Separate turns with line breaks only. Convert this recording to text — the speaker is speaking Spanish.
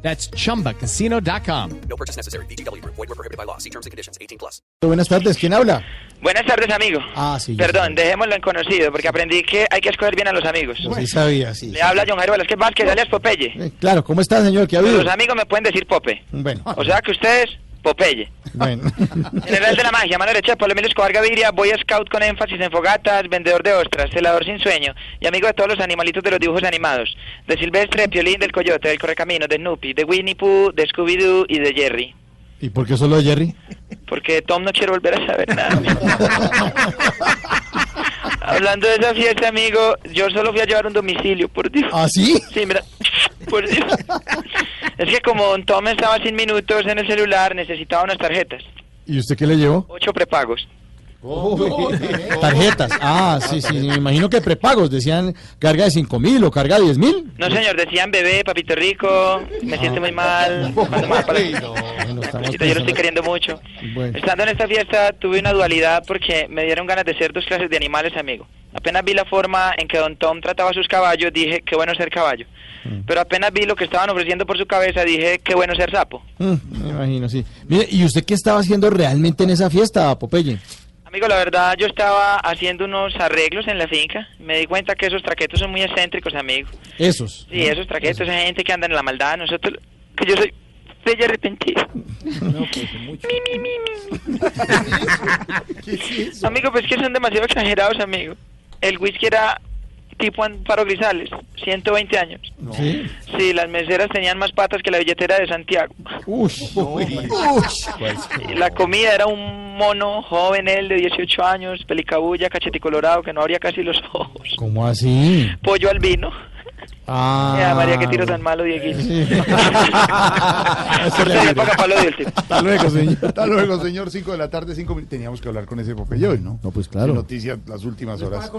That's chumbacasino.com.
No purchase necessary. BGW. Void were prohibited by law. See terms and conditions. 18 plus.
Buenas tardes, ¿quién habla?
Buenas tardes, amigo.
Ah, sí, ya
Perdón,
sabía.
dejémoslo en conocido, porque aprendí que hay que escoger bien a los amigos.
Pues Sí, sabía, sí.
Le habla John Jairo Velázquez Vázquez, alias Popeye.
Eh, Claro, ¿cómo está, señor? ¿Qué ha habido?
Los amigos me pueden decir Pope.
Bueno,
O sea que ustedes, Popeye.
bueno.
General de la magia, mano derecha de Pablo Emilio Escobar Gaviria, Boy Scout con énfasis en fogatas, vendedor de ostras, celador sin sueño y amigo de todos los animalitos de los dibujos animados. De Silvestre, de Piolín, del Coyote, del Correcamino, de Snoopy, de Winnie Pooh, de Scooby-Doo y de Jerry.
¿Y por qué solo de Jerry?
Porque Tom no quiere volver a saber nada. amigo. Hablando de esa fiesta, amigo, yo solo fui a llevar un domicilio, por Dios.
¿Ah, sí?
Sí, mira. Por Dios. Es que como don Tom estaba sin minutos en el celular, necesitaba unas tarjetas.
¿Y usted qué le llevó?
Ocho prepagos. Oh,
Tarjetas. Ah, sí, sí, me imagino que prepagos. Decían carga de 5 mil o carga de 10 mil.
No, señor, decían bebé, papito rico, me siento muy mal. mando mal para-
Bueno, estamos
Yo lo estoy
pensando-
queriendo mucho.
Bueno.
Estando en esta fiesta tuve una dualidad porque me dieron ganas de ser dos clases de animales, amigo. Apenas vi la forma en que Don Tom trataba sus caballos, dije, qué bueno ser caballo. Pero apenas vi lo que estaban ofreciendo por su cabeza, dije, qué bueno ser sapo.
Mm, me imagino, sí. Mire, ¿y usted qué estaba haciendo realmente en esa fiesta, Popeye?
Amigo, la verdad, yo estaba haciendo unos arreglos en la finca. Me di cuenta que esos traquetos son muy excéntricos, amigo.
Esos.
Sí, esos traquetos, esa gente que anda en la maldad, nosotros... Que yo soy... Estoy arrepentido. pues, Mi, mi, mi, mi. Amigo, pues que son demasiado exagerados, amigo. El whisky era tipo Amparo Grisales, 120 años.
¿Sí?
Sí, las meseras tenían más patas que la billetera de Santiago.
Ush.
pues,
Ush.
Y La comida era un mono joven, él de 18 años, pelicabulla, cachete colorado, que no abría casi los ojos.
¿Cómo así?
Pollo al vino.
Ah.
Mira, María, qué tiro tan malo, Dieguito.
Sí.
Usted le paga palo de último.
Hasta luego, señor. Hasta luego, señor. Cinco de la tarde, cinco minutos. Teníamos que hablar con ese Popeye hoy, ¿no?
No, pues claro.
Noticias las últimas horas.